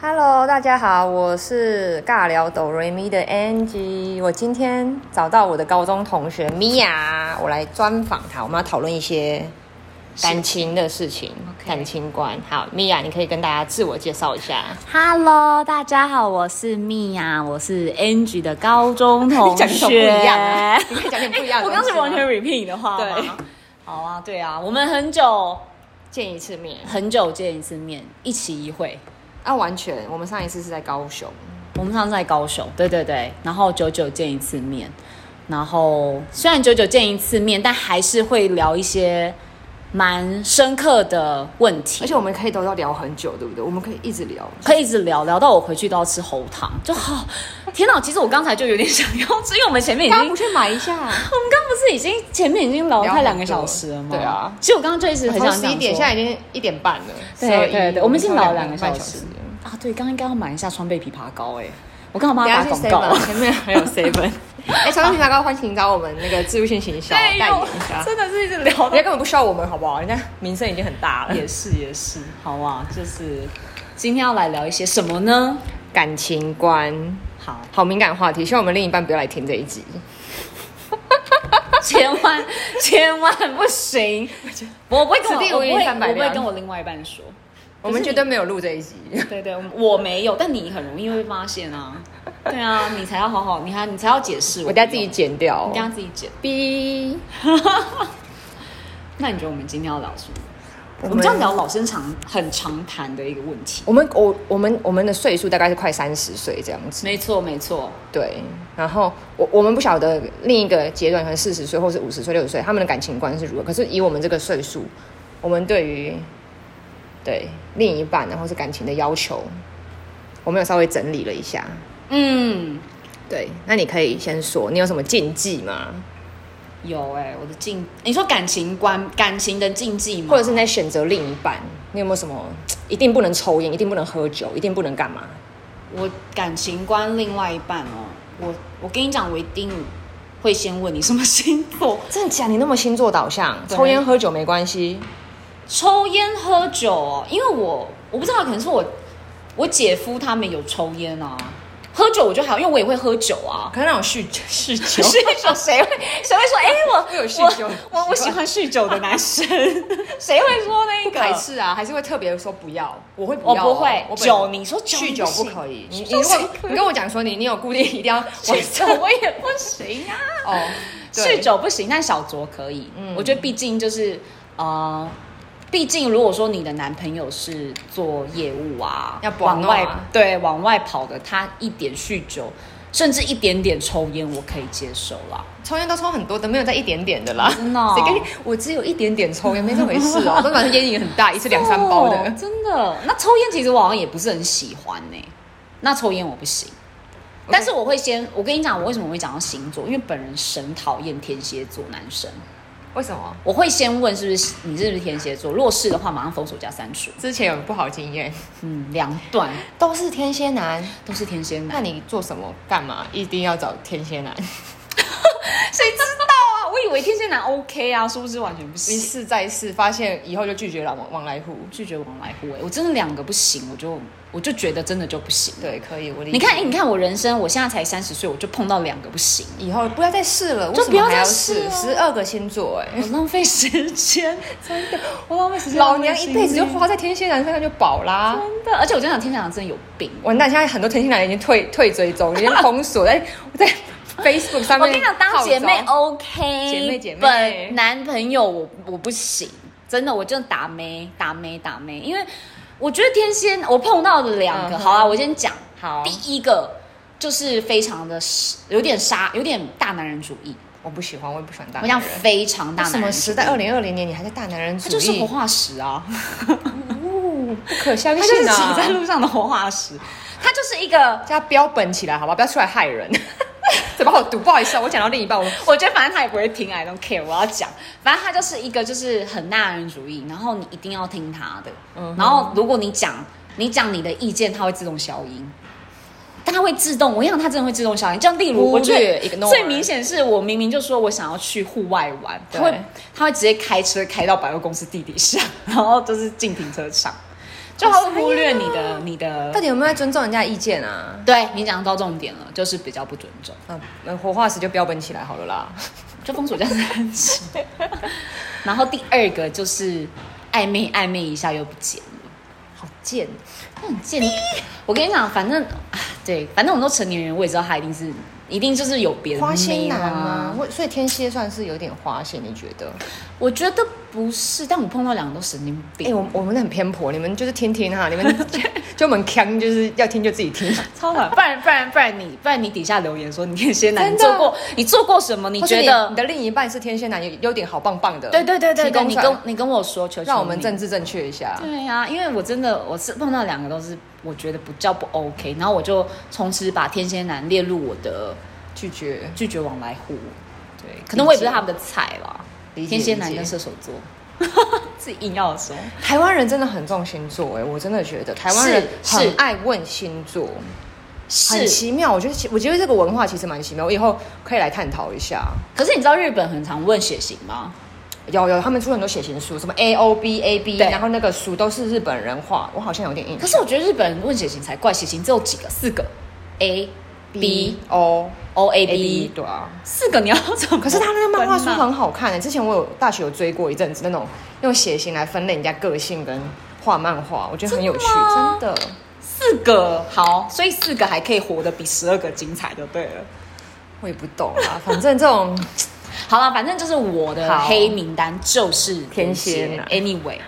Hello，大家好，我是尬聊哆瑞咪的 Angie。我今天找到我的高中同学米娅，我来专访她，我们要讨论一些感情的事情 OK 感情观。好，米娅，你可以跟大家自我介绍一下。 Hello，大家好，我是蜜呀，我是 Angie 的高中你 同讲学。点不一样 啊，你可以讲点不一样的我东西吗、刚是完全 repeat 你的话吗对。好啊，对啊，我们很久见一次面很久见一次面，一期一会。啊，完全。我们上一次是在高雄，我们上次在高雄，对对对，然后久久见一次面，然后虽然久久见一次面，但还是会聊一些蛮深刻的问题而。且我们可以都要聊很久，对不对？我们可以一直聊。可以一直聊聊到我回去都要吃喉糖，就好。天哪，其实我刚才就有点想要吃，因为我们前面已经，大我家不们去买一下，啊刚不是已经前面已经聊了聊快很两个多小时了吗？对啊其实我刚刚就一直很从想十讲一点，说现在已经一点半了。对对对，我们已经聊了两个半小小时时了。啊。对，刚刚应该要买一下川贝枇杷膏哎、我刚好帮等他下打去广告。 seven，前面还 有 seven。哎，乔装皮蛋糕，欢迎找我们那个自助性 行销代言我一下。真的是一直聊人家根本不需要我们，好不好？人家 名声已经很大了。也是也是，好啊，就是今天要来聊一些什么呢？感情观， 好，好敏感话题，希望我们另一半不要来听这一集。千万千万不行，我不会跟此我地我无不银会三百我不会两跟我另外一半说。我们绝对没有录这一集。 对对，我我没有，但你很容易会被发现啊。对啊，你才要好好，你还你才要解释。我等下自己解，剪掉你。等下自己解。逼，那你觉得我们今天要聊什么？我我们们这样聊老生常很常谈的一个问题。我们我我们我们的岁数大概是快三十岁这样子。没错没错，对，然后我我们不晓得另一个阶段，可能四十岁或是五十岁、六十岁，他们的感情观是如何。可是以我们这个岁数，我们对于对另一半然后是感情的要求，我们有稍微整理了一下。嗯，对，那你可以先说，你有什么禁忌吗？有哎、我的禁，你说感情观、感情的禁忌吗？或者是你在选择另一半，你有没有什么一定不能抽烟，一定不能喝酒，一定不能干嘛？我感情观另外一半哦，我我跟你讲，我一定会先问你什么星座。真的假的？你那么星座导向，对抽烟喝酒没关系，抽烟喝酒哦，因为我我不知道，可能是我我姐夫他们有抽烟啊，喝酒我就还好，因为我也会喝酒啊。可是那种酗 酗酒酗酒谁会谁会说哎、 我有酗酒我我我我喜欢酗酒的男 生，谁会说那排个？斥啊，还是会特别说不要，我会不我要哦、不会我本酒，你说酒酗酒不可以。你你如说果你跟我讲说你你有固定 一定要我酗酒 我也不行啊。哦，对酗酒不行，但小酌可以。嗯我觉得毕竟就是呃，毕竟如果说你的男朋友是做业务啊，要保往暖外啊对往外跑的，他一点酗酒，甚至一点点抽烟，我可以接受啦。抽烟都抽很多的，没有在一点点的啦。真的哦谁跟你？我只有一点点抽烟，没这回事 哦。都反正烟瘾很大，一次两三包的。哦真的。那抽烟其实我好像也不是很喜欢呢、那抽烟我不行。但是我会先，我跟你讲，我为什么会讲到星座，因为本人神讨厌天蝎座男生。为什么？我会先问是不是你是不是天蝎座，如果是的话，马上封锁加删除。之前有不好经验，嗯，两段都是天蝎男。都是天蝎那男，你做什么干嘛？一定要找天蝎男？ 谁知道啊？我以为天蝎男 OK 啊，殊不知完全不一行。试再试，发现以后就拒绝了往往来户。拒绝往来互为，我真的两个不行，我就我就觉得真的就不行。，对，可以，我理解。你看，哎，你看我人生，我现在才三十岁，我就碰到两个不行，以后不要再试了，就为什不么要还要再试试？啊了十二个星座、哎。我浪费时间，真的，我浪费时间，老娘一辈子就浪费花在天蝎男身上就饱啦。时间真的，而且我真的讲天蝎男真的有病。完蛋，现在很多天蝎男已经退退追踪，已经封锁，在我 在 Facebook 上我面。跟你讲，当姐妹，OK，姐妹姐妹本男朋友我我不行，真的，我真的打妹打妹打妹，因为我觉得天蝎我碰到的两个，嗯哼好啊，我先讲，好第一个就是非常的有点杀，有点大男人主义，我不喜欢，我也不喜欢大我讲男人。非常大什男么人时主义，代？二零二零年你还在大男人主他义？就是活化石啊，哦不可相他就是信骑在啊！ 路上的活化石，他就是一个。加标本起来，好吧，不要出来害人。 怎么好毒？不好意思啊，我讲到另一半，我我觉得反正他也不会听，I don't care。我要讲，反正他就是一个就是很大男人主义，然后你一定要听他的。嗯哼然后如果你讲你讲你的意见，他会自动消音，但他会自动，我想他真的会自动消音。就例如，忽我觉略得 ignore 最明显是我明明就说我想要去户外玩，他会对他会直接开车开到百货公司地底下，然后就是进停车场。就他会忽略你的你的到。底有没有在尊重人家的意见啊？对你讲到重点了，就是比较不尊重，啊，那活化石就标本起来好了啦。就封锁这样子很奇。 然后第二个就是暧昧暧昧一下又不见了，好 贱，很贱。我跟你讲，反正啊对，反正我们都成年人，我也知道他一定是一定就是有别人花心妹男啊啦吗？我所以天蝎算是有点花心，你觉得？我觉得不是，但我碰到两个都神经 哎、病，我我们很偏颇，你们就是听听哈，你们就就我们强，就是要听就自己听。超烦。不然不然不然你不然你底下留言说你天蝎男，真你的做过你做过什么？你或是觉你得你？的另一半是天蝎男，有优点好棒棒的。对对对对提对，供你上跟你跟我说，求求让我们你政治正确一下。对呀、因为我真的我是碰到两个都是我觉得不叫不 OK，然后我就从此把天蝎男列入我的拒绝，拒绝往来户。对，理可解能我也不是他们的菜啦。理解天蝎男理解跟射手座，自己硬要说。台湾人真的很重星座哎、我真的觉得台湾人是很爱问星座，很 是，奇妙。我觉得其我觉得这个文化其实蛮奇妙，我以后可以来探讨一下。可是你知道日本很常问血型吗？有有，他们出很多血型书，什么 A O B A B，对然后那个书都是日本人画，我好像有点印象。可是我觉得日本人问血型才怪，血型只有几个，四个 A B O O A A B B 对啊。四个，你要 怎么？可是他那个漫画书分啊很好看的、欸之前我有大学有追过一阵子那种用血型来分类人家个性跟画漫画，我觉得很有趣，真的吗真的。四个好，所以四个还可以活得比十二个精彩就对了。我也不懂啊，反正这种好了，反正就是我的好黑名单就是天蝎蝎男。 Anyway，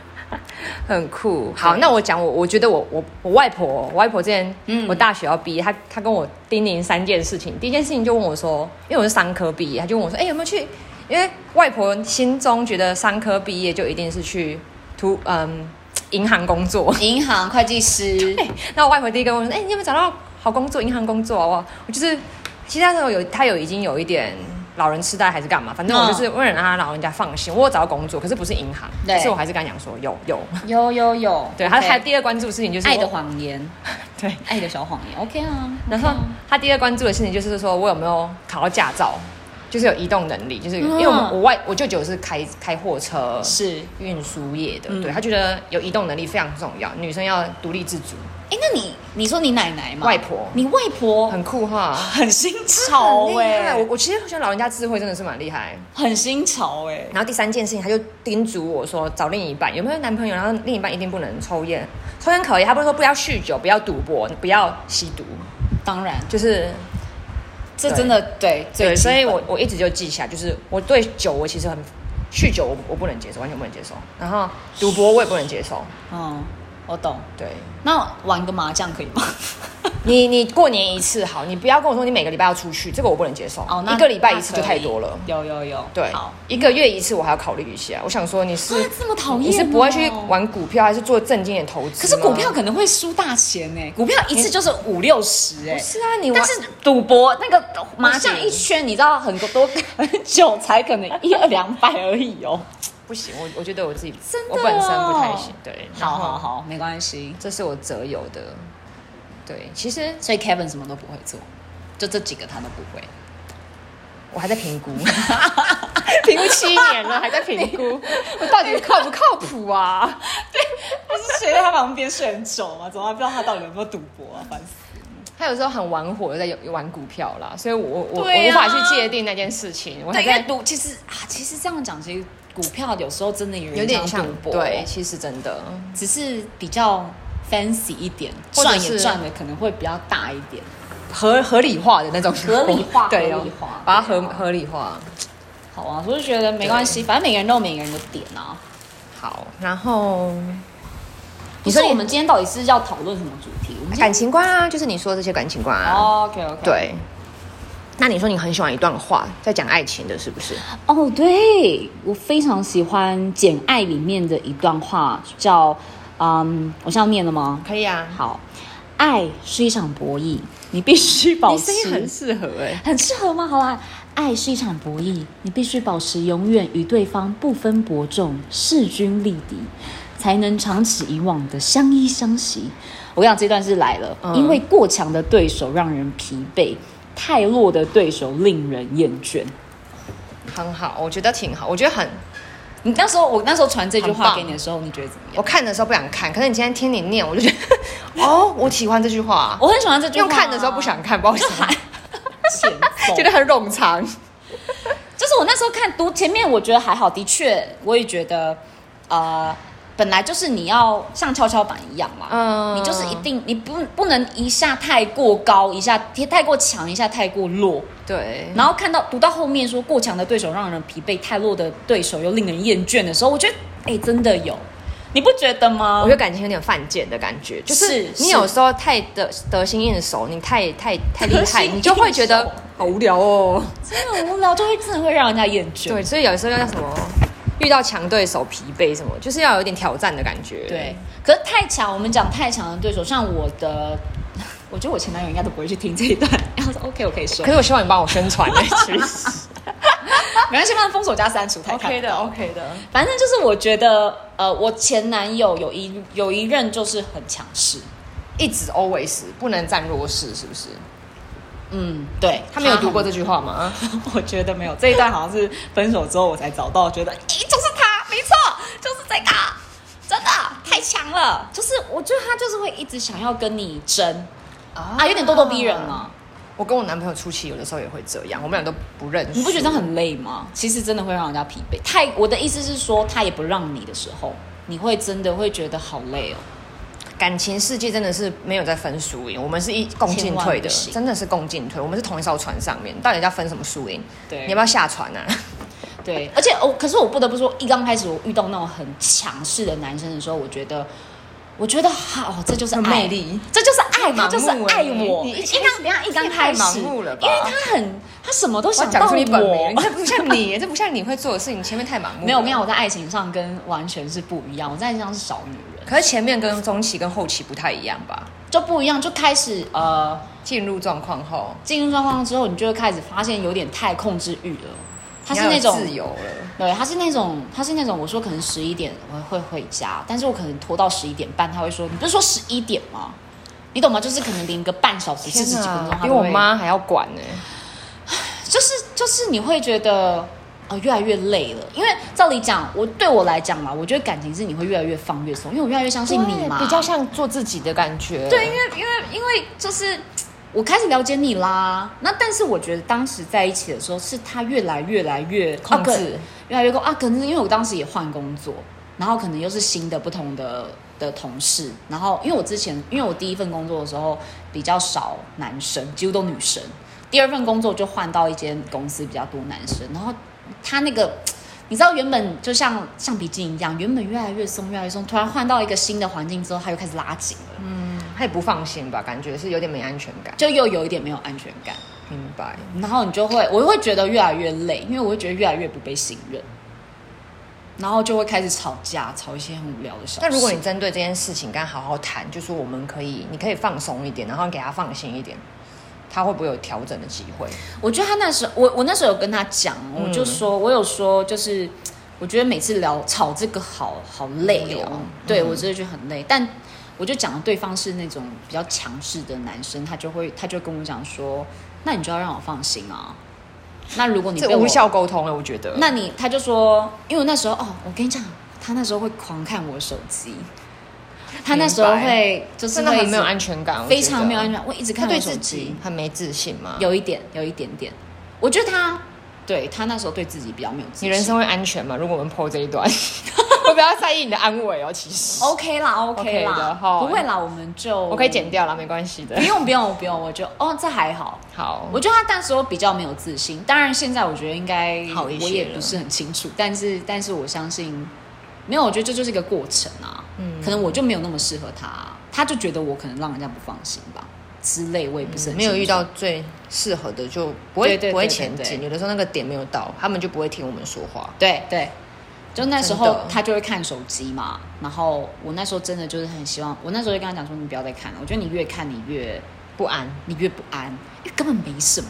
很酷。好，对那我讲我，我觉得我我我外婆，我外婆之前，嗯我大学要毕业，她她跟我叮咛三件事情。第一件事情就问我说，因为我是商科毕业，她就问我说，哎、有没有去？因为外婆心中觉得商科毕业就一定是去图嗯银行工作。 银行会计师，那我外婆第一个问我说，哎、你有没有找到好工作？银行工作哇，我就是其实那时候有她有已经有一点。老人痴呆还是干嘛？反嗯正我就是为了让她老人家放心，我有找到工作，可是不是银行，对可是我还是跟她讲说有有，有有有，对，他 OK 他第二关注的事情就是爱的我，谎言， 对。爱的小谎言，OK 啊。然后 OK 啊他第二关注的事情就是说我有没有考到驾照，就是有移动能力，就是有嗯因为我们我外我舅舅是开开货车是，运输业的，嗯对他觉得有移动能力非常重要，女生要独立自主，哎，那你你说你奶奶吗？外婆你外婆很欸酷哈，很新潮很厉哎、害。我我其实觉得老人家智慧真的是蛮厉害。很新潮哎、然后第三件事情，他就叮嘱我说，找另一半有没有男朋友，然后另一半一定不能抽烟，抽烟可以，他不是说不要酗酒，不要赌博，不要吸毒，当然，就是这对真的对最对，基所本以我我一直就记下，就是我对酒我其实很酗酒我我不能接受，完全不能接受。然后赌博我也不能接受。嗯，我懂。对那玩个麻将可以 吗？你你过年一次好，你不要跟我说你每个礼拜要出去，这个我不能接受。哦，那一个礼拜一次就太多了。。那可以有有有，对好，，一个月一次我还要考虑一下。我想说你是、啊这么讨厌哦你是不会去玩股票还是做正经的投资？可是股票。可能会输大钱呢、股票一次就是五六十哎不。是啊，你玩但是赌博那个麻将不行一圈，你知道很多 很久才可能一二两百而已哦。不行，我我觉得我自己真的我本身不太哦行。对，然好后好，好，没关系。这是我择友的。对，其实所以 Kevin 什么都不会做，就这几个他都不 会。我还在评 估， 评估 七年了，还在评 估，我到底靠不靠谱啊？不是谁在他旁边睡很久嘛，怎么还不知道他到底有没有赌博啊？烦死！他有时候很玩火，在玩股票啦，所以我我、对我无法啊去界定那件事情，我对，还因为在赌其实啊，其实这样讲，其实股票有时候真的有有点像赌博，对，，其实真的只是比较 fancy 一点，或者赚也是赚的可能会比较大一点。合合理化的那种合理化 对，哦合理化把它合对啊合理化。好啊，我就觉得没关系，反正每个人都有每个人的点啊。好，然后你你说说你我们今天到底是要讨论什么主题？我们今感天情观啊，就是你说这些感情观啊， OK OK，，对。那你说你很喜欢一段话，在讲爱情的，是不是？哦，对我非常喜欢《简爱》里面的一段话，叫嗯，我这样念了吗？可以啊，好，爱是一场博弈，你必须保你持声音很适合哎、很适合吗？好啦，爱是一场博弈，你必须保持永远与对方不分伯仲，势均力敌，才能长此以往的相依相惜。我跟你讲，这段是来了，嗯因为过强的对手让人疲惫，太弱的对手令人厌倦。很好，我觉得挺好。我觉得很，你那时候，我那时候传这句很话棒给你的时候，你觉得怎么样？我看的时候不想看，可是你今天听你念，我就觉得 哦，我喜欢这句话，我很喜欢这句话、用看的时候不想看，不 好意思， 前奏，觉得很冗长。就是我那时候看读前面，我觉得还好，的确，我也觉得，呃，本来就是你要像跷跷板一样嘛，嗯你就是一定你不不能一下太过高，一下太过强，一下太过弱，对，然后看到读到后面说过强的对手让人疲惫，太弱的对手又令人厌倦的时候，我觉得，哎、真的有，你不觉得吗？我觉得感情有点犯贱的感觉，就是是你有时候太得得心应手，你太太太厉得害，心应你就会觉得手好无聊哦。真的很无聊，就会真的会让人家厌倦。对，所以有时候要什么遇到强对手疲惫什么，就是要有点挑战的感觉。对，可是太强，我们讲太强的对手，像我的，我觉得我前男友应该都不会去听这一段。 然后说 OK，我可以说可，是我希望你帮我宣 传欸，其实没关系，放封锁加删除才看。的，OK 的，反正就是我觉得，呃，我前男友有一有一任就是很强势，一直 always 不能占弱势，是不是？嗯，对他没有读过这，这句话吗？ 我觉得没有这一段好像是分手之后我才找到，觉得咦，就是他，没错，就是这个，真的太强了，就是我觉得他就是会一直想要跟你争啊啊，有点咄咄逼人了、。我跟我男朋友初期有的时候也会这样，我们俩都不认识。你不觉得这样很累吗？其实真的会让人家疲惫。太，我的意思是说，他也不让你的时候，你会真的会觉得好累哦。感情世界真的是没有在分输赢，我们是一共进千退万的不，行真的是共进退，我们是同一艘船上面，到底要分什么输赢？对你要不要下船 啊？对，而且哦，可是我不得不说，一刚开始我遇到那种很强势的男生的时候，我觉得，我觉得好、这就是爱很有魅力，这就是爱，太盲他目就是爱了我。你你一一刚等一下一刚开始，太盲目了吧因为他很，他什么都我想讲到出你本名，我。这不像你，这不像你会做的事情，前面太盲目。 没有，我跟你讲，。我在爱情上跟完全是不一样，我在爱情上是小女人，可是前面跟中期跟后期不太一样吧？就不一样，就开始呃。进入状况后，进入状况之后，你就会开始发现有点太控制欲了。他是你要那有种，自由了，对，他是那种，他是那种，我说可能十一点我会回家，但是我可能拖到十一点半，他会说，你不是说十一点吗？你懂吗？就是可能零个半小时、四十几分钟，他比都我会，妈还要管呢、就是就是你会觉得。呃，越来越累了，因为照理讲，我对我来讲嘛，我觉得感情是你会越来越放越松，因为我越来越相信你嘛，比较像做自己的感觉。对，因为因为因为就是我开始了解你啦。那但是我觉得当时在一起的时候，是他越来越来越控制啊可越来越控啊，可能是因为我当时也换工作，然后可能又是新的不同的的同事，然后因为我之前因为我第一份工作的时候比较少男生，几乎都女生。第二份工作就换到一间公司比较多男生，然后他那个。你知道原本就像橡皮筋一样，原本越来越松，越来越松，突然换到一个新的环境之后，他又开始拉紧了。她也不放心吧，感觉是有点没安全感。就又有一点没有安全感，明白。然后你就会，我会觉得越来越累，因为我会觉得越来越不被信任，然后就会开始吵架，吵一些很无聊的小事。但如果你针对这件事情跟他好好谈，就说我们可以，你可以放松一点，然后给他放心一点，他会不会有调整的机会？我觉得他那时候，我我那时候有跟他讲，嗯我就说，我有说，就是我觉得每次聊吵这个好好累无聊嗯哦，对我真的觉得很累。但我就讲对方是那种比较强势的男生，他就会他就跟我讲说，那你就要让我放心啊。那如果你被这我无效沟通了，我觉得。那你他就说，因为我那时候哦，我跟你讲，他那时候会狂看我手机，他那时候明白会就是真的很没有全，安全感，我非觉常得没有安。全感，会一直他看我对手自机己，嗯很没自信吗？，有一点，有一点点。我觉得他对他那时候对自己比较没有自你信。人生会安全吗？如果我们破这一段， 我比较在意你的安危哦。其实 OK 啦 OK 啦的哈不会啦，我们就我可以剪，掉了，没关系的不。用不用不用，我就哦这还好。好，我觉得他那时候比较没有自信，当然现在我觉得应该好一些我也了不是很清楚，但是但是我相信，没有，我觉得这就是一个过程啊，嗯可能我就没有那么适合他、他就觉得我可能让人家不放心吧之类，我也不是很、嗯没有遇，到最适合的，就不会对对不会对对前对进。有的时候那个点没有到，他们就不会听我们说话。对对，就那时真候的他就会看手机嘛，然后我那时候真的就是很希望，我那时候就跟他讲说，你不要再看了，我觉得你越看你越不安，你越不安，因为根本没什么。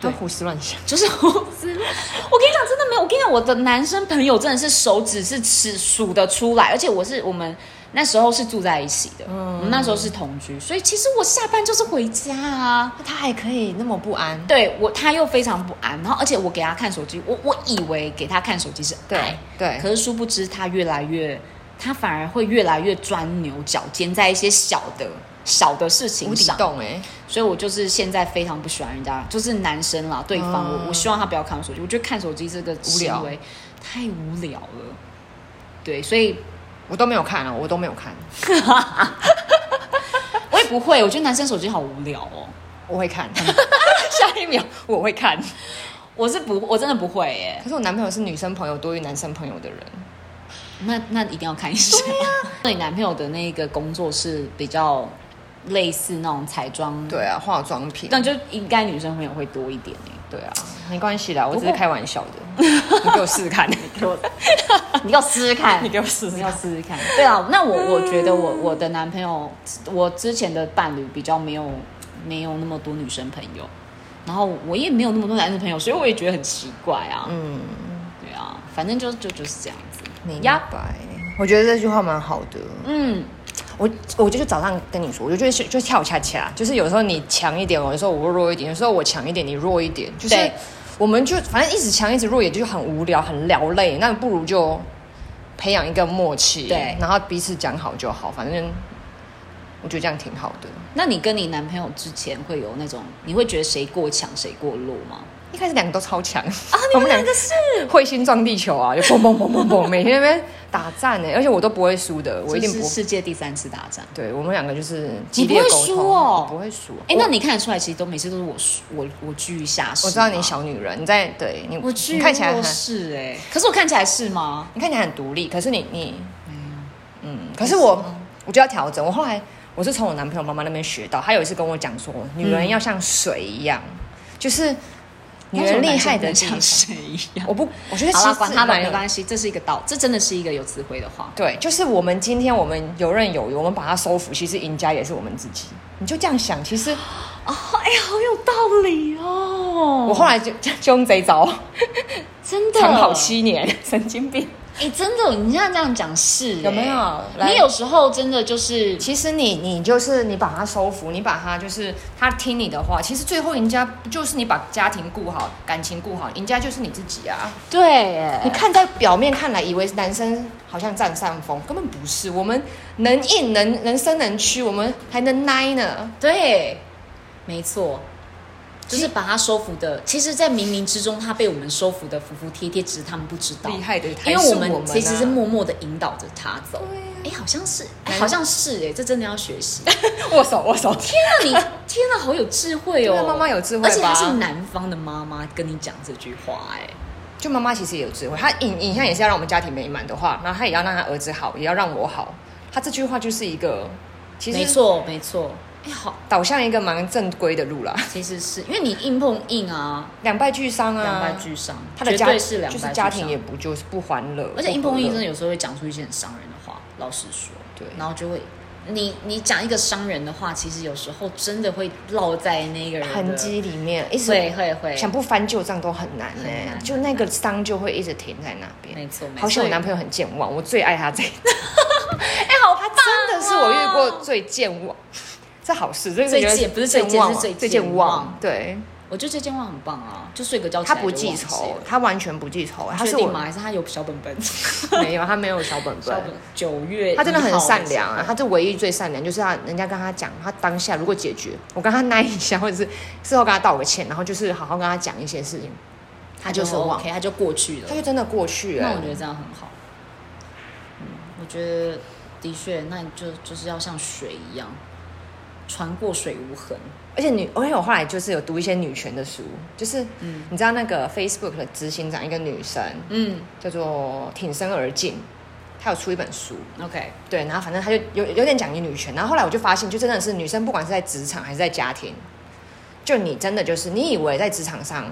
他对胡思乱想。就是胡子。我跟你讲，真的没有。我跟你讲，我的男生朋友真的是手指是吃数得出来，而且我是我们那时候是住在一起的，我们那时候嗯是同居，所以其实我下班就是回家啊。他还可以那么不安，对我，他又非常不安，然后而且我给他看手机，我我以为给他看手机是对爱，对可是殊不知他越来越他反而会越来越钻牛角尖在一些小的小的事情无底上。洞哎、所以我就是现在非常不喜欢人家，就是男生啦，对方，我、嗯哦我希望他不要看我手机，我觉得看手机这个行为太无聊了。对，所以我都没有看啊，我都没有看，我也不会，我觉得男生手机好无聊哦。 我会 看，下一秒我会看。我是不，我真的不会欸耶。可是我男朋友是女生朋友多于男生朋友的人，那那一定要看一下。啊 那你男朋友的那个工作是比较类似那种彩妆，，对啊，化妆品，但就应该女生朋友会多一点欸耶。对啊，没关系啦，我只不是过开玩笑的， 你给我试试 看，给我，你给我试试看，你给我试试你看要试试看。对啊，那我我觉得我我的男朋友，我之前的伴侣比较没有没有那么多女生朋友，然后我也没有那么多男生朋友，所以我也觉得很奇怪啊。嗯，对啊，反正就就就是这样子。明呀白。我觉得这句话蛮好的，嗯，我我就早上跟你说，我就觉得是就跳恰恰，就是有时候你强一点，有时候我弱一点，有时候我强一点，你弱一点，就是对我们就反正一直强一直弱，也就很无聊很聊累，那不如就培养一个默契，对然后彼此讲好就好，反正我觉得这样挺好的。那你跟你男朋友之前会有那种，你会觉得谁过强谁过弱吗？一开始两个都超强啊， 我们两个是彗星撞地球啊，就砰砰砰砰砰，每天在那边打战呢、欸而且我都不会输的，我一定这不是会。世界第三次大战。对我们两个就是激烈沟你通，不会输哦我不会输。哎、我那你看得出来，其实都每次都是我输我我居于下啊势。我知道你，小女人，你在对你，我居你于看起来弱很，势哎、可是我看起来是吗？你看起来很独立，可是你你，嗯，可没是事我吗我就要调整。我后来我是从我男朋友妈妈那边学到，他有一次跟我讲说，女嗯人要像水一样，就是女人厉害的地像方。谁一样？我不，我觉得其好实了，管他了，蛮没有关系，这是一个道，这真的是一个有智慧的话。对，就是我们今天我们游刃有余，我们把它收服，其实赢家也是我们自己。你就这样想，其实哦，哎、好有道理哦我后来就 就用这一招，真的长跑，七年， 神经病。哎、真的，你现在这样讲是、有没有哎你来有时候真的就是其实你你就是你把它收服，你把它就是他听你的话，其实最后赢家不就是你把家庭顾好，感情顾好，赢家就是你自己啊。对，哎你看在表面看来，以为男生好像占上风，根本不是。我们能硬能能伸能屈，我们还能耐呢。对，没错，就是把他收服的。其实，在冥冥之中，他被我们收服的服服帖帖，只是他们不知道。厉害的还因是为我们们啊其实是默默的引导着他走。哎、对啊好像是，哎哎好像是哎、这真的要学习。握手握手，天啊，你天啊，好有智慧对哦！啊妈妈有智慧吧而且她是南方的妈妈跟你讲这句话哎、就妈妈其实也有智慧，她影影像也是要让我们家庭美满的话，然后她也要让她儿子好，也要让我好。她这句话就是一个，其没实错没错。哎、好，导向一个蛮正规的路啦，其实是因为你硬碰硬啊，两败俱伤啊，两败俱伤，他的绝家对是两就败俱伤。是家庭也不就是不欢乐，而且硬碰不硬真和的乐有时候会讲出一些很伤人的话，老实说，对然后就会，你你讲一个伤人的话，其实有时候真的会烙在那个人的痕，迹里面，一直会会会，想不翻旧账都很难呢、很难就那个伤就会一直停在那边。没错没错好像我男朋友很健忘，我最爱他 这一点，哎、好棒、真的是我遇过，最健忘。啊这好事，这个最觉得健不是最健忘啊是最最健健忘忘，对我觉得这件话很棒啊，就睡个觉起他来不就记忘记仇了，他完全不记仇，哎他确是定我吗？还是他有小本本？ 没有，他没有小本小本本，九月，他真的很善良啊，他。这唯一最善良就是他，人家跟他讲，他当下如果解决，我跟他耐一下，或者是事后跟他道个歉，然后就是好好跟他讲一些事情，他他就是忘，哦 OK，他就过去了他。就真的过去了、那我觉得这样很好。嗯，我觉得的确，那你就就是要像水一样，船过水无痕。而且女，而且我后来就是有读一些女权的书，就是嗯你知道那个 Facebook 的执行长一个女生嗯叫做挺身而进，她有出一本书， ，OK，对，然后反正她就有有点讲你女权，然后后来我就发现，就真的是女生不管是在职场还是在家庭，就你真的就是你以为在职场上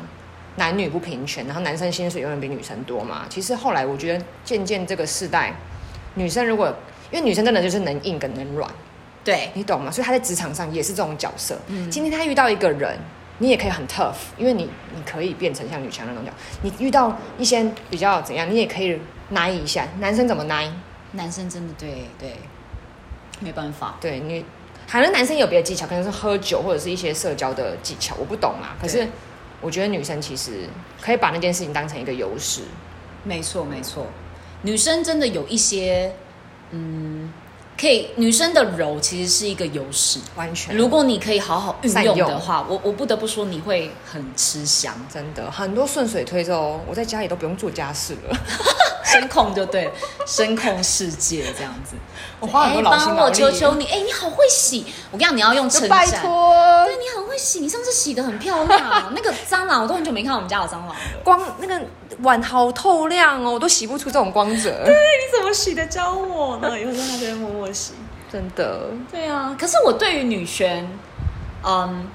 男女不平权，然后男生薪水永远比女生多嘛？其实后来我觉得渐渐这个世代，女生如果因为女生真的就是能硬跟能软，对，你懂吗？所以她在职场上也是这种角色。今天她遇到一个人，你也可以很 tough，因为你你可以变成像女强人那种角。你遇到一些比较怎样，你也可以耐一下。男生怎么耐？男生真的对对，没办法。对你，好像男生有别的技巧，可能是喝酒或者是一些社交的技巧，我不懂啦。可是对我觉得女生其实可以把那件事情当成一个优势。没错，没错，女生真的有一些嗯可以，女生的柔其实是一个优势。完全如果你可以好好运善用用的话，我我不得不说你会很吃香， 真的很多顺水推舟，我在家里都不用做家事 了，声控就对了，声控世界这样子。哎我花很多劳心帮劳我力。求求你，哎、你好会洗，我跟你讲，你要用称就拜。赞托，对你很会洗，你上次洗的很漂亮。啊 那个蟑螂我都很久没看我们家有蟑 螂了。光那个碗好透亮哦，我都洗不出这种光泽，你怎么洗的？教我呢？以后在那边默默洗。真的。对啊，可是我对于女权，嗯，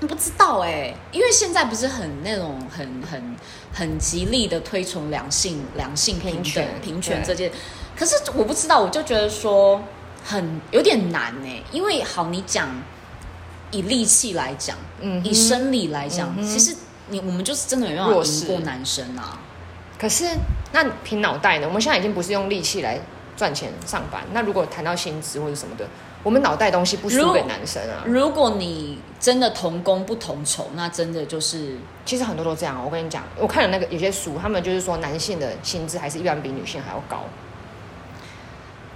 不知道哎、因为现在不是很那种很很很极力的推崇良性良性平平等权平权对这件，可是我不知道，我就觉得说很有点难哎、因为好你讲以力气来讲，嗯哼以生理来讲，嗯哼其实你我们就是真的没办法弱赢势过男生啊。可是那凭脑袋呢？我们现在已经不是用力气来赚钱上班，那如果谈到薪资或者什么的，我们脑袋东西不输给男生啊。如果你真的同工不同酬，那真的就是其实很多都这样哦，我跟你讲，我看了那个有些书，他们就是说男性的薪资还是一般比女性还要高。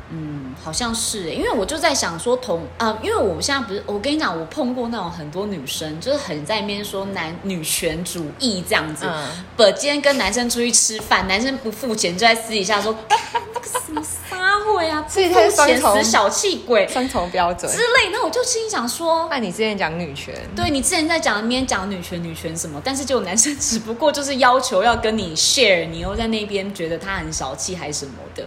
嗯，好像是耶，因为我就在想说同啊、因为我现在不是，我跟你讲，我碰过那种很多女生，就是很在面说男女权主义这样子。嗯，本今天跟男生出去吃饭，男生不付钱，就在私底下说， 干那个什么撒会啊，不所以他是付钱双重死小气鬼双重标准之类。那我就心里想说，那你之前讲女权，对你之前在讲，面讲女权女权什么，但是就有男生只不过就是要求要跟你 share，你又在那边觉得他很小气还是什么的。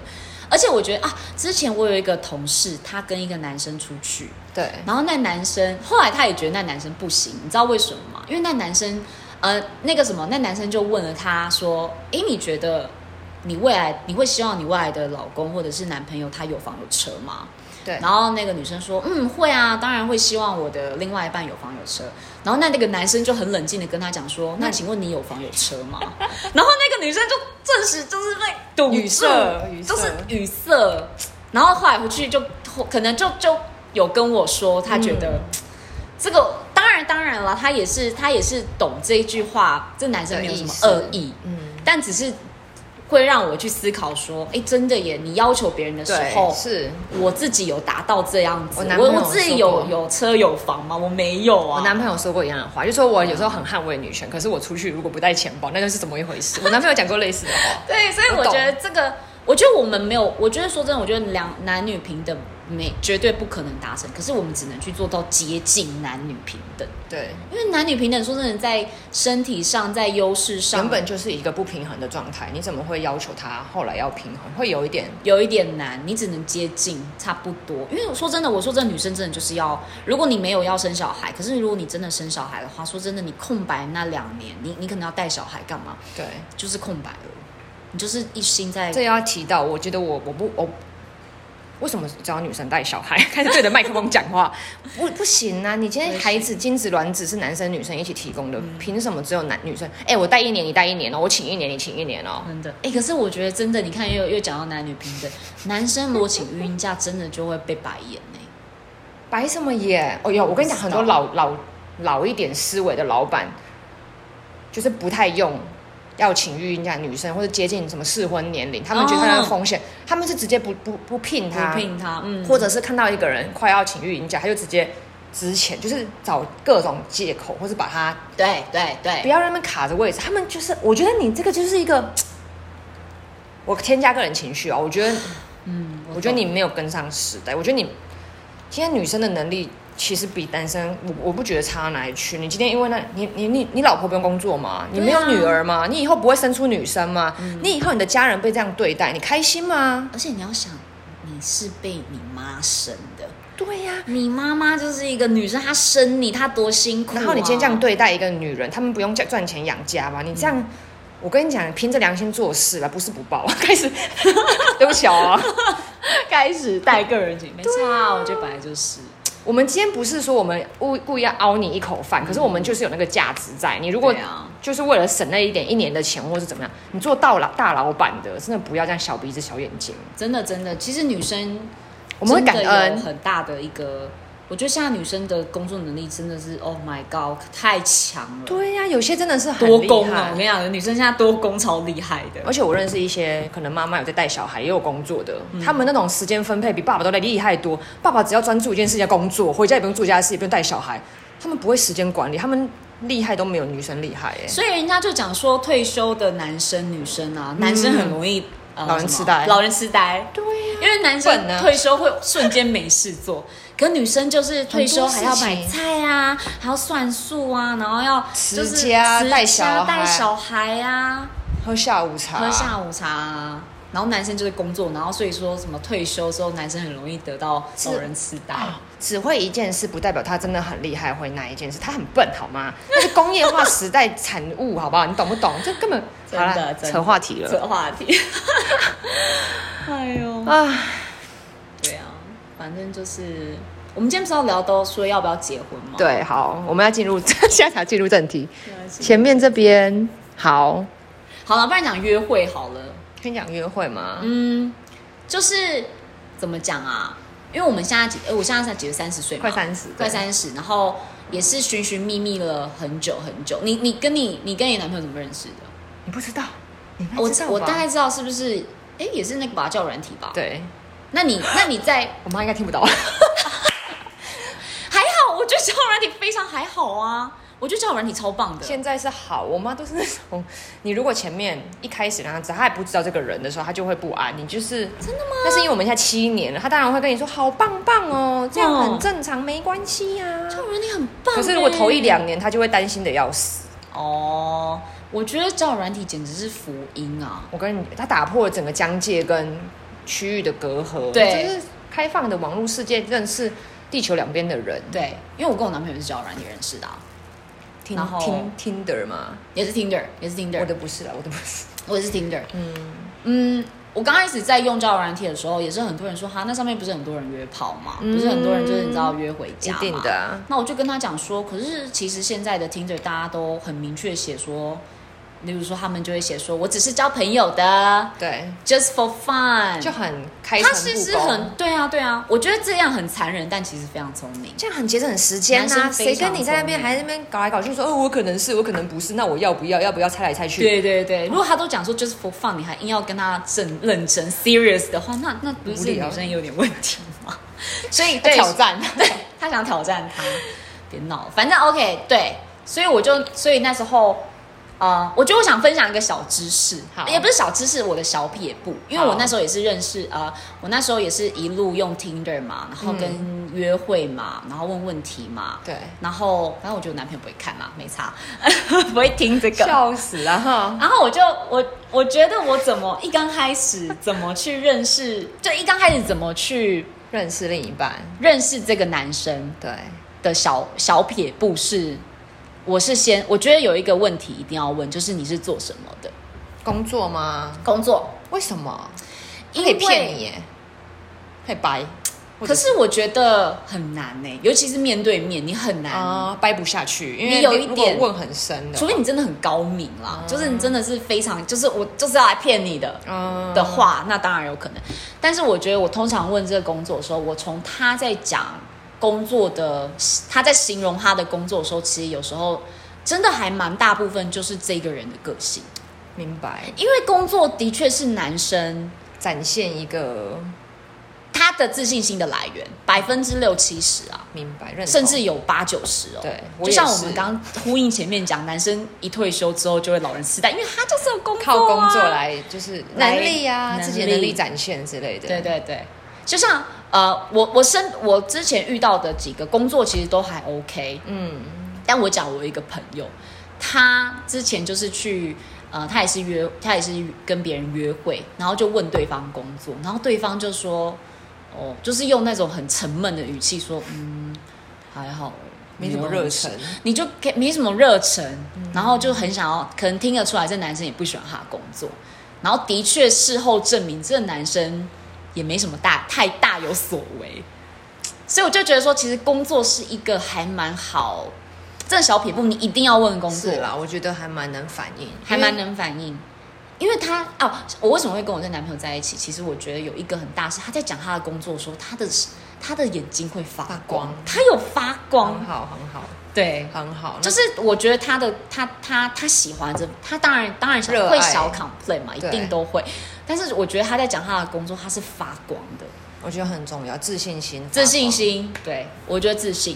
而且我觉得啊，之前我有一个同事，他跟一个男生出去，对，然后那男生后来他也觉得那男生不行，你知道为什么吗？因为那男生呃那个什么，那男生就问了他说：“诶，你觉得你未来你会希望你未来的老公或者是男朋友他有房有车吗？”对然后那个女生说：“嗯，会啊，当然会希望我的另外一半有房有车。”然后那那个男生就很冷静的跟她讲说：“嗯那请问你有房有车吗？” 然后那个女生就顿时就是被堵语住塞语，塞就是语塞。然后后来回去就可能就就有跟我说，她觉得、嗯这个当然当然了，她也是她也是懂这一句话，这男生没有什么恶的意意，嗯，但只是会让我去思考说，哎，真的耶，你要求别人的时对，候，是我自己有达到这样子我，男我朋友我自己说过有有车有房吗？我没有啊。，我男朋友说过一样的话，就说我有时候很捍卫女权，可是我出去如果不带钱包，那就是怎么一回事？我男朋友讲过类似的话对，所以我我懂觉得这个，我觉得我们没有，我觉得说真的，我觉得两男女平等没绝对不可能达成，可是我们只能去做到接近男女平等，对，因为男女平等说真的，在身体上，在优势上，原本就是一个不平衡的状态，你怎么会要求他后来要平衡？会有一点有一点难，你只能接近差不多。因为我说真的，我说这女生真的就是要，如果你没有要生小孩，可是如果你真的生小孩的话，说真的，你空白那两年，你你可能要带小孩干嘛？对，就是空白了，你就是一心在这要提到，我觉得我我不我为什么只要女生带小孩 开始对着麦克风讲话？不不行啊！你今天孩子精子卵子是男生女生一起提供的，嗯凭什么只有男女生？哎、我带一年你带一年哦，我请一年你请一年哦。真的，哎、可是我觉得真的，你看又又讲到男女平等，男生如果请孕假，真的就会被白眼欸呢、白什么眼？哦哟，我跟你讲，我不很知道多老老老一点思维的老板，就是不太用要请育婴假女生或者接近什么适婚年龄，他们觉得哦那个风险，他们是直接不不不聘他，不聘他，嗯，或者是看到一个人快要请育婴假，他就直接之前就是找各种借口，或是把他对对对，不要让他们卡着位置。他们就是，我觉得你这个就是一个。我添加个人情绪啊，我觉得，嗯，我觉得懂你没有跟上时代。我觉得你今天女生的能力其实比男生，我我不觉得差到哪里去。你今天因为那，你你你你老婆不用工作吗？你没有女儿吗？你以后不会生出女生吗？你以后你的家人被这样对待，你开心吗？而且你要想，你是被你妈生的，对呀、你妈妈就是一个女生，她生你，她多辛苦、啊。然后你今天这样，对待一个女人，她们不用赚钱养家吗？你这样，我跟你讲，凭着良心做事吧，不是不 报。开始，对不起哦。开始带个人情，没错、我觉得本来就是。 我们今天不是说我们故故意要凹你一口饭，可是我们就是有那个价值在。你如果对啊就是为了省那一点一年的钱，或是怎么样，你做到老大老板的，真的不要这样小鼻子小眼睛。真的真的，其实女生我们会真的感恩有很大的一个我觉得现在女生的工作能力真的是 Oh my God，太强了，对呀、有些真的是很多厉工啊！害我跟你讲，女生现在多工超厉害的而。且我认识一些可能妈妈有在带小孩也有工作的，他们那种时间分配比爸爸都来厉害多。爸爸只要专注一件事情，工作，回家也不用做家事，也不用带小孩，他们不会时间管理，他们厉害都没有女生厉害哎、所以人家就讲说，退休的男生、女生啊，男生很容易、呃嗯老人什么痴呆老人痴呆，对呀、因为男笨生啊退休会瞬间没事做，可女生就是退休还要买菜啊，还要算数啊，然后要就是持家带持小家孩带小孩啊，喝下午茶，喝下午茶啊。然后男生就是工作，然后所以说什么退休之后，男生很容易得到老人痴呆。啊只会一件事，不代表他真的很厉害，会那一件事，他很笨好 吗？那是工业化时代产物，好不好？你懂不懂？这根 本真好的啦，真的扯话题这了话题， 哎呦，啊！对啊，反正就是我们今天不是要聊都说要不要结婚吗？对，好，我们要进入，现在才进入正 题。没关系，前面这边好，好了，不然讲约会好了。先讲约会吗？嗯，就是怎么讲啊？因为我们现在几，呃，我现在才几岁？三十岁嘛，快三十，快三十，然后也是寻寻觅觅了很久很久。你你跟你你跟你男朋友怎么认识的？对，你不知道，你应该我知道吧我大概知道是不是？哎，也是那个吧，叫软体吧。。对那你那你在我妈应该听不到， 还好，我觉得交友软体非常还好啊，我觉得交友软体超棒的。现在是好，我妈都是那种，你如果前面一开始让啊她知道，她还不知道这个人的时候，她就会不安，你就是真的吗？那是因为我们现在七年了，她当然会跟你说好棒棒哦，这样哦很正常，没关系呀、交友软体很棒欸。可是如果头一两年，她就会担心的要死。哦，我觉得交友软体简直是福音啊！我跟你，她打破了整个疆界跟区域的隔阂，对就是开放的网络世界，认识地球两边的人，对，因为我跟我男朋友也是交友软体认识的、啊，听然后听 Tinder 嘛，也是 Tinder，也是我 Tinder，的不是啦，我的不是，我也是 Tinder。嗯。嗯，我刚开始在用交友软体的时候，也是很多人说哈，那上面不是很多人约炮嘛，嗯不是很多人就是你知道约回一家嘛。定的、。啊，那我就跟他讲说，可是其实现在的 Tinder 大家都很明确写说，例如说他们就会写说我只是交朋友的对， ，just for fun，就很开诚他布其实公很对啊对啊，我觉得这样很残忍，但其实非常聪明。这样很节省时间男啊！生非谁常跟你在那边聪明还在那边搞来搞去说，哦，我可能是，我可能不是，那我要不要，要不要猜来猜去？，对对对，如果他都讲说就是 for fun，你还硬要跟他正认真 serious 的话，那那不无是聊女生有点问题吗？所以对挑，战， 对他想挑战他，别闹，反正 OK 对，所以我就所以那时候。呃，我觉得我想分享一个小知识，好也不是小知识，我的小撇步，因为我好那时候也是认识，呃，我那时候也是一路用 Tinder 嘛，然后跟约会嘛，然后问问题嘛，对，然后反正我觉得我男朋友不会看嘛，没差，不会听这个，笑死了哈！然后我就我我觉得我怎么一刚开始怎么去认识，就一刚开始怎么去认识另一半，认识这个男生对，的小小撇步是，我是先我觉得有一个问题一定要问，就是你是做什么的工作吗？工作？为什么？他因可为以骗你耶，可以掰，或者可是我觉得很难呢、欸尤其是面对面，你很难，啊，掰不下去，因为你有一如果点问很深的除话，非你真的很高明啦，就是你真的是非常，就是我就是要来骗你的，嗯的，话，那当然有可能。但是我觉得，我通常问这个工作的时候，我从他在讲工作的，他在形容他的工作的时候，其实有时候真的还蛮大部分就是这个人的个性，明白，因为工作的确是男生展现一个他的自信心的来源，百分之六七十啊。明白认同，甚至有八九十哦，对我就像也我是们刚刚呼应前面讲，男生一退休之后就会老人痴呆，因为他就是有工作、啊， 靠工作来就是来能力啊，能自己的能力力展现之类的，对对对，就像呃，我我身我之前遇到的几个工作其实都还 OK，嗯，但我讲我有一个朋友，他之前就是去呃，他也是约，他也是跟别人约会，然后就问对方工作，然后对方就说，哦，就是用那种很沉闷的语气说，嗯，还好，没什么热忱。你就给没什么热忱，然后就很想要，可能听得出来这男生也不喜欢他的工作，然后的确事后证明这男生也没什么大太大有所为，所以我就觉得说，其实工作是一个还蛮好，这小撇步你一定要问工作是，啦，我觉得还蛮能反应，还蛮因为能反应。因为他哦，我为什么会跟我这男朋友在一起？其实我觉得有一个很大是他在讲他的工作的时候，他的他的眼睛会发发光光，嗯他有发光很，好，很好，对，很好。就是我觉得他的他他他喜欢这，他当然当然想热爱会小 complain 嘛，一对定都会。但是我觉得他在讲他的工作，他是发光的，那我觉得很重要，自信心，自信。心。对，我觉得自信。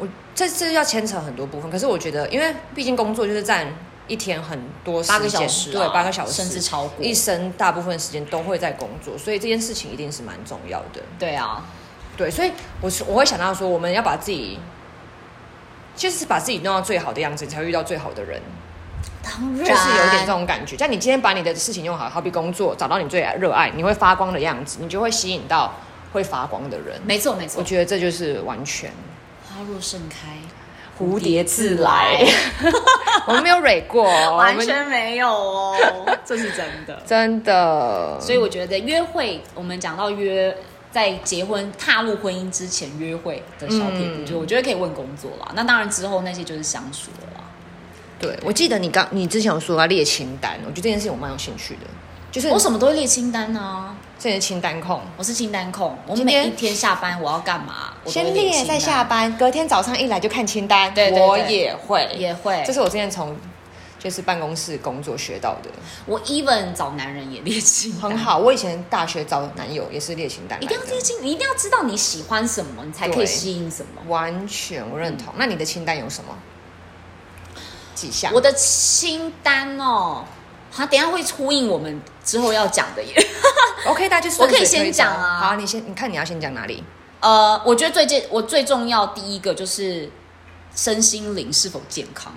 我这这要牵扯很多部分，可是我觉得，因为毕竟工作就是占一天很多时间八个小时啊对，八个小时甚至超过一生大部分时间都会在工作，所以这件事情一定是蛮重要的。对啊，对，所以我是我会想到说，我们要把自己，就是把自己弄到最好的样子，你才会遇到最好的人，当然就是有一点这种感觉。但你今天把你的事情用好，好比工作，找到你最热爱、你会发光的样子，你就会吸引到会发光的人。没错没错我。觉得这就是完全花若盛开，蝴蝶自来。我们没有蕊过，哦 我们没 有哦，这是真的。真的。所以我觉得约会，我们讲到约，在结婚踏入婚姻之前约会的小撇步，嗯就我觉得可以问工作啦。那当然之后那些就是相处了啦。对，我记得你刚你之前有说要列清单，我觉得这件事情我蛮有兴趣的，就是我什么都会列清单啊，这些清单控。我是清单控，我今每天一天下班我要干嘛，我都会先列列清单再下班，隔天早上一来就看清单。对对对我也会，也会这。是我之前从就是办公室工作学到的，我 even 找男人也列清单，很，好。我以前大学找男友也是列清单来一的，定要列清，你一定要知道你喜欢什么，你才可以对吸引什么。完全我认嗯同。那你的清单有什么？几项？我的清单哦，好，等一下会呼应我们之后要讲的耶。 OK，大家就我可以顺水推先讲舟啊好，你先，你看你要先讲哪里？呃，我觉得最健，我最重要第一个就是身心灵是否健康，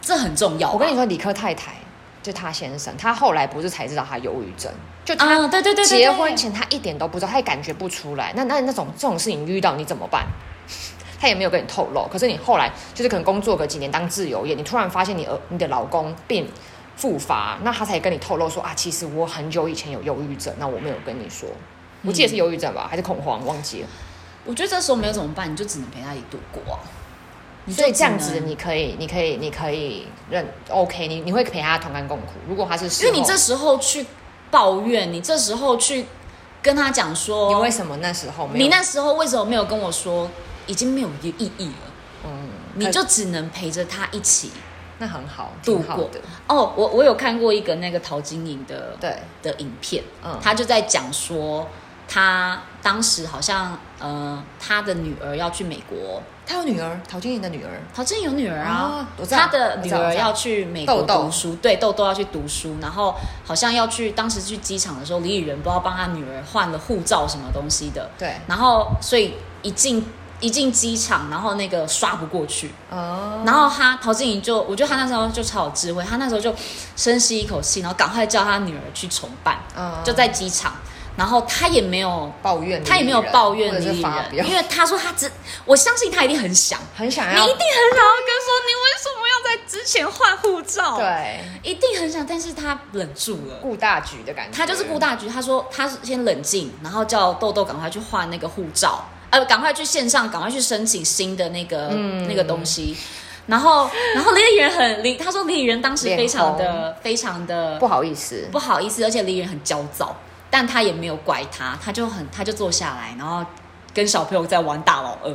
这很重要吧。我跟你说，理科太太就她先生，他后来不是才知道他忧郁症，就他啊，对对对对对结婚前他一点都不知道，他也感觉不出来。那那那种这种事情遇到你怎么办？ 他也没有跟你透露。可是你后来就是可能工作个几年当自由业，你突然发现你儿你的老公病复发，那他才跟你透露说啊，其实我很久以前有忧郁症，那我没有跟你说。我记得是忧郁症吧，还是恐慌，忘记了。我觉得这时候没有怎么办，你就只能陪他一起度过啊、你所以就这样只子，能你可以，你可以，你可以认 OK，你你会陪他同甘共苦。如果他是事因为你后这时候去抱怨，你这时候去跟他讲你说为，什么那时候没有？你那时候为什么没有跟我说，已经没有意义了，嗯，你很就只能陪着他一起那很好，度挺好过的。哦，我我有看过一个那个陶晶莹的对，的影片，嗯他就在讲说，他当时好像呃，他的女儿要去美国，他有女儿，陶晶莹的女儿。陶晶莹有女儿啊啊，我知道他的女我知道儿我知道要去美国豆豆读书，对，豆豆要去读书，然后好像要去，当时去机场的时候，李宇仁不知道帮他女儿换了护照什么东西的，对，然后所以一进一进机场，然后那个刷不过去，哦，然后他陶晶莹就，我觉得他那时候就超有智慧，他那时候就深吸一口气，然后赶快叫他女儿去重办，嗯就在机场，然后他也没有，抱怨，他也没有抱怨嗯或者李是宇发表仁，，因为他说他只，我相信他一定很想，很你想一定很想要要跟说你为什么要在之前换护照，，对一定很想，但是他忍住了。顾大局的感觉。他就是顾大局，他说他先冷静，然后叫豆豆赶快去换那个护照，呃，赶快去线上，赶快去申请新的那个、嗯那个东西。然后，然后李李仁很李，他说李李仁当时非常的非常的不好意思，不好意思，而且李李仁很焦躁，但他也没有怪他，他就很他就坐下来，然后跟小朋友在玩大老二。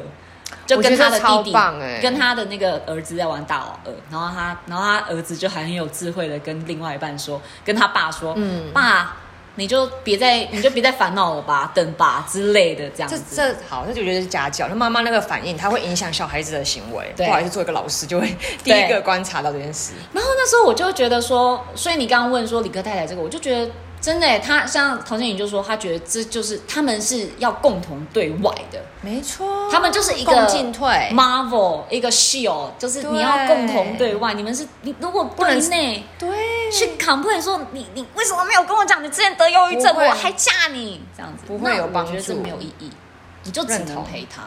就跟他的弟我觉得弟超棒欸，跟他的那个儿子在玩大老二，然后他，然后他儿子就还很有智慧的跟另外一半说，跟他爸说，嗯，爸，你就别再，你就别再烦恼了吧，等吧之类的这样这子。这好，这就觉得是家教。那妈妈那个反应，它会影响小孩子的行为。对不好意思，做一个老师就会 第一个观察到这件事。然后那时候我就觉得说，所以你刚刚问说理科太太这个，我就觉得真的欸，他像陶晶莹就说，他觉得这就是他们是要共同对外的，没错他们就是一个共进退， Marvel 一个 shield，就是对你要共同对外，你们是你如果不能内对，去 complain 说你你为什么没有跟我讲你之前得忧郁症，不会我还嫁你这样子，不会有那帮我觉得这助没有意义，你就只认能同陪他。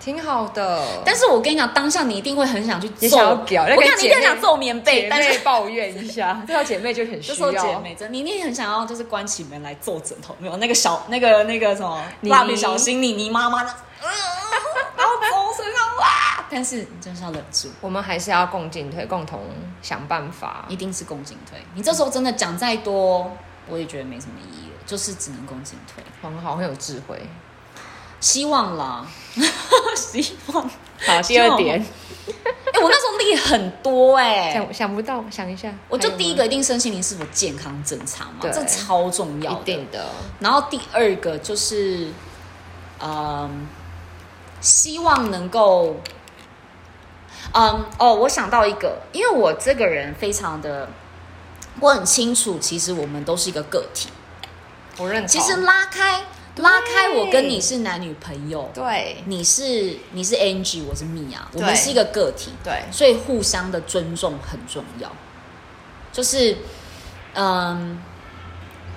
挺好的。但是我跟你讲，当下你一定会很想去也揍，想要我屌那跟个你讲，你一姐定想妹揍棉被，姐但妹是。抱怨一下， 这条姐妹就很这需时候要。姐妹真，你一定很想要，就是关起门来揍枕头，没有那个小那个那个什么妮妮蜡笔小新妮妮妈妈的，嗯然后从身上哇！但是你真是要忍住， 我们还是要共进退，共同想办法。一定是共进退。你这时候真的讲再多，我也觉得没什么意义了，就是只能共进退。很好，很有智慧。希望啦， 希望。好，第二点，哎、我那时候例很多哎、想想不到，想一下，我就还有吗第一个一定身心灵是否健康正常嘛，对这超重要的。一定的，然后第二个就是，嗯，希望能够，嗯，哦，我想到一个，因为我这个人非常的，我很清楚，其实我们都是一个个体。我认同。其实拉开拉开，我跟你是男女朋友，对你是你是 Angie，我是 Mia，我们对是一个个体，对所以互相的尊重很重要。就是，嗯，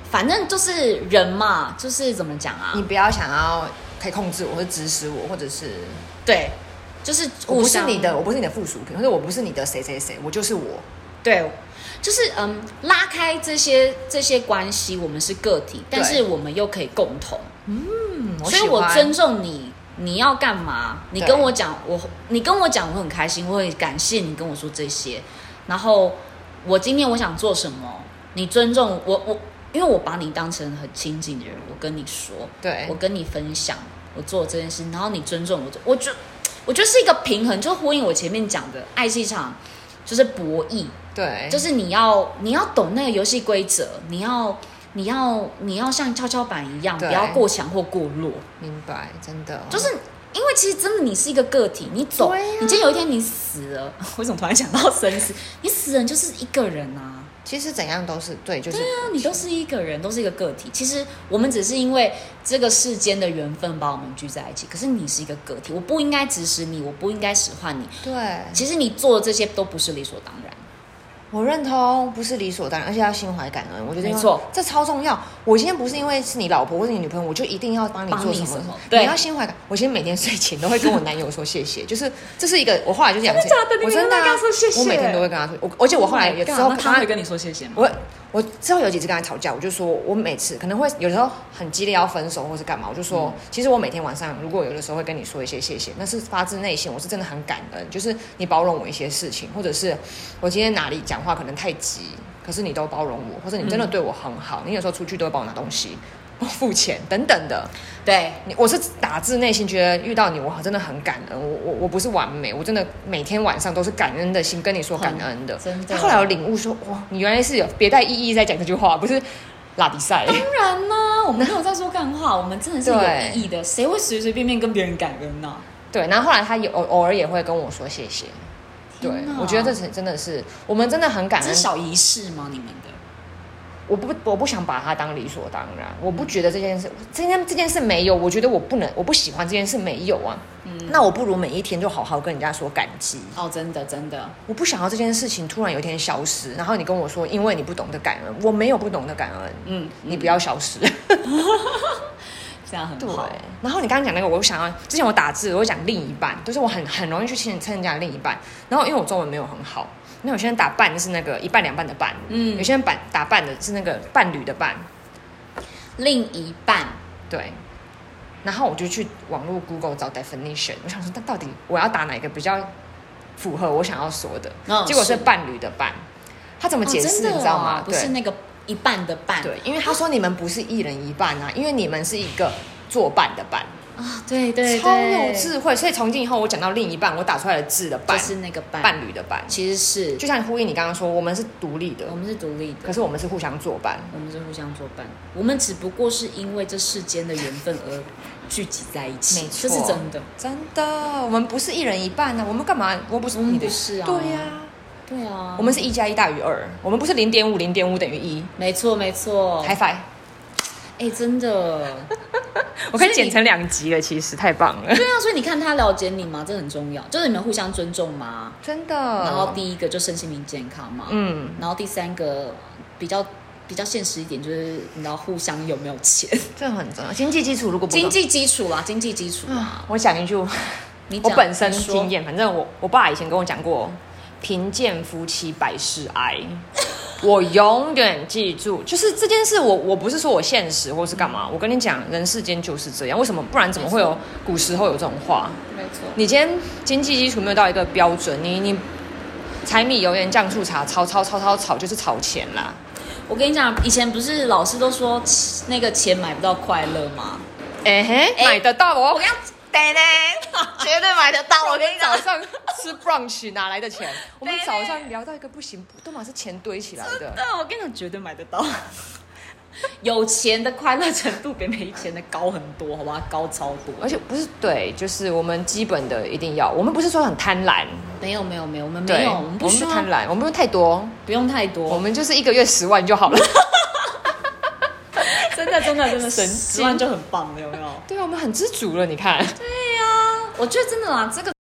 反正就是人嘛，就是怎么讲啊你？不要想要可以控制我，或者指使我，或者是对，就是我互不是相你的，，我不是你的附属品，或者我不是你的谁谁谁，我就是我。对，就是嗯，拉开这些这些关系，我们是个体，但是我们又可以共同，嗯，所以喜我欢尊重你。你要干嘛？你对跟我讲，我你跟我讲，我很开心，我会感谢你跟我说这些。然后我今天我想做什么，你尊重我，我因为我把你当成很亲近的人，我跟你说，对我跟你分享我做这件事，然后你尊重我做，我觉我觉得是一个平衡，就呼应我前面讲的，爱是一场就是博弈，对，就是是你要你要懂那个游戏规则，你要你要你要像跷跷板一样，不对要过强或过弱，明白，真的就是。因为其实真的，你是一个个体，你走，对啊你今天有一天你死了， 为什么突然讲到生死？你死了你就是一个人啊，其实怎样都是对，就是那你都是一个人，都是一个个体。其实我们只是因为这个世间的缘分把我们聚在一起，可是你是一个个体，我不应该指使你，我不应该使唤你。对，其实你做的这些都不是理所当然。我认同，不是理所当然，而且要心怀感恩。我觉得没错这超重要。我今天不是因为是你老婆或者你女朋友，我就一定要帮你做什帮你么什么对你要心怀感。我其实每天睡前都会跟我男友说谢谢，就是这是一个我后来就养成。真的假的你我每天真的啊、都跟他说谢 Oh 谢我每天都会跟他说，我而且我后来有时候跟他跟你说谢谢吗？我我之后有几次跟他吵架，我就说我每次可能会有时候很激烈要分手或是干嘛，我就说、其实我每天晚上如果有的时候会跟你说一些谢谢，那是发自内心，我是真的很感恩，就是你包容我一些事情，或者是我今天哪里讲话可能太急，可是你都包容我，或者你真的对我很好，你有时候出去都会帮我拿东西。帮我付钱等等的，对，你我是打自内心觉得遇到你，我真的很感恩。我我我不是完美，我真的每天晚上都是感恩的心跟你说感恩的。真的他后来有领悟说，哇，你原来是有别带意义在讲这句话，不是拉比赛。当然啦、我们没有在说干话，我们真的是对有意义的。谁会随随便便跟别人感恩啊呢、 对，然后后来他也偶偶尔也会跟我说谢谢。对天，哪我觉得这是真的是我们真的很感这是恩。小仪式吗？你们的？我不我不想把它当理所当然，我不觉得这件事，这件这件事没有，我觉得我不能，我不喜欢这件事没有啊。嗯那我不如每一天就好好跟人家说感激。哦，真的真的，我不想要这件事情突然有一天消失，然后你跟我说，因为你不懂得感恩，我没有不懂得感恩，嗯，你不要消失。这样很好。 然后你刚刚讲那个，我想要之前我打字，我会讲另一半，就是我很很容易去亲称人家的另一半。然后因为我中文没有很好，那有些人打半是那个一半两半的半，嗯有些人半打半的是那个伴侣的伴，另一半，对。然后我就去网络 Google 找 definition，我想说，那到底我要打哪个比较符合我想要说的？嗯结果是是伴侣的伴，他怎么哦解释、真的你知道哦吗？不对是那个一半的半，对，因为他说你们不是一人一半啊，因为你们是一个作伴的伴，啊，对对对，超有智慧。所以从今以后，我讲到另一半，我打出来的字的就伴，是那个半，伴侣的伴，其实是就像呼应你刚刚说，我们是独立的我，们是独立可的，是我们是互相作伴。我们是互相作伴，我们只不过是因为这世间的缘分而聚集在一起，没这错是真的。真的，我们不是一人一半呢、啊，我们干嘛？我不是哦我们你的，不是啊对呀、对啊，我们是一加一大于二，我们不是零点五，零点五等于一。没错没错，开发，哎，真的，我可以所以剪你成两集了，其实太棒了， 对啊，所以你看他了解你嘛，这很重要，就是你们互相尊重嘛。真的。然然后，第一个就身心灵健康嘛，嗯，然后第三个比较比较现实一点，就是你知道互相有没有钱，这很重要。经济基础如果不够经济基础啦，经济基础啦。我讲一句，你啊我讲本身你说经验，反正我我爸以前跟我讲过，贫贱夫妻百事哀。 我永远记住，就是这件事我，我不是说我现实或是干嘛，我跟你讲，人世间就是这样。为什么？不然怎么会有古时候有这种话？没错，你今天经济基础没有到一个标准，你你柴米油盐酱醋茶，炒炒炒炒炒就是炒钱啦。我跟你讲，以前不是老师都说那个钱买不到快乐吗？哎、哎嗯嘿，买得到我，我跟你讲，对嘞， 绝对买得到。我我跟跟你你讲早，上吃 brunch 哪来的钱？我们对早上聊到一个不行，都嘛是钱堆起来的。对，我跟你讲，绝对买得到。有钱的快乐程度比没钱的高很多，好吧？高超多。而且不是对，就是我们基本的一定要，我们不是说很贪婪，没有没有没有，我们没对，有，我我们们不不需要贪婪，我们不用太多，不用太我多。们就是一个月十万就好了。真的真的真的，神十经万就很棒了，有没有？对啊，我们很知足了，你看。我觉得真的啦，这个。